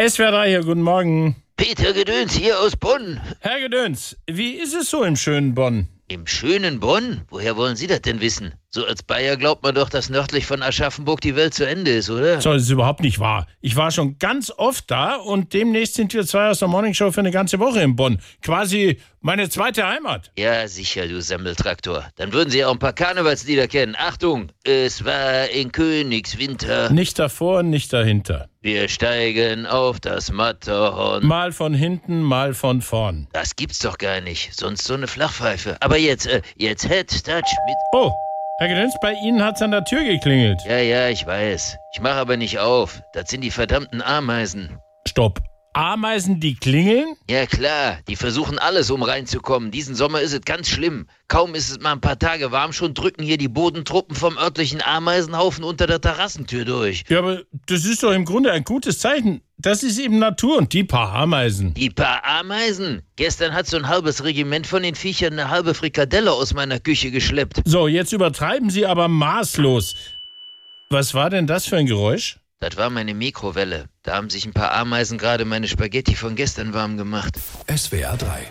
SWR 3 hier, guten Morgen. Peter Gedöns hier aus Bonn. Herr Gedöns, wie ist es so im schönen Bonn? Im schönen Bonn? Woher wollen Sie das denn wissen? So als Bayer glaubt man doch, dass nördlich von Aschaffenburg die Welt zu Ende ist, oder? So, das ist überhaupt nicht wahr. Ich war schon ganz oft da und demnächst sind wir zwei aus der Morning Show für eine ganze Woche in Bonn. Quasi meine zweite Heimat. Ja, sicher, du Semmeltraktor. Dann würden Sie auch ein paar Karnevalslieder kennen. Achtung, es war in Königswinter. Nicht davor, nicht dahinter. Wir steigen auf das Matterhorn. Mal von hinten, mal von vorn. Das gibt's doch gar nicht. Sonst so eine Flachpfeife. Aber jetzt, äh, jetzt Head Touch mit. Oh, Herr Gedöns, bei Ihnen hat's an der Tür geklingelt. Ja, ja, ich weiß. Ich mache aber nicht auf. Das sind die verdammten Ameisen. Stopp. Ameisen, die klingeln? Ja klar, die versuchen alles, um reinzukommen. Diesen Sommer ist es ganz schlimm. Kaum ist es mal ein paar Tage warm, schon drücken hier die Bodentruppen vom örtlichen Ameisenhaufen unter der Terrassentür durch. Ja, aber das ist doch im Grunde ein gutes Zeichen. Das ist eben Natur und die paar Ameisen. Die paar Ameisen? Gestern hat so ein halbes Regiment von den Viechern eine halbe Frikadelle aus meiner Küche geschleppt. So, jetzt übertreiben Sie aber maßlos. Was war denn das für ein Geräusch? Das war meine Mikrowelle. Da haben sich ein paar Ameisen gerade meine Spaghetti von gestern warm gemacht. SWR 3.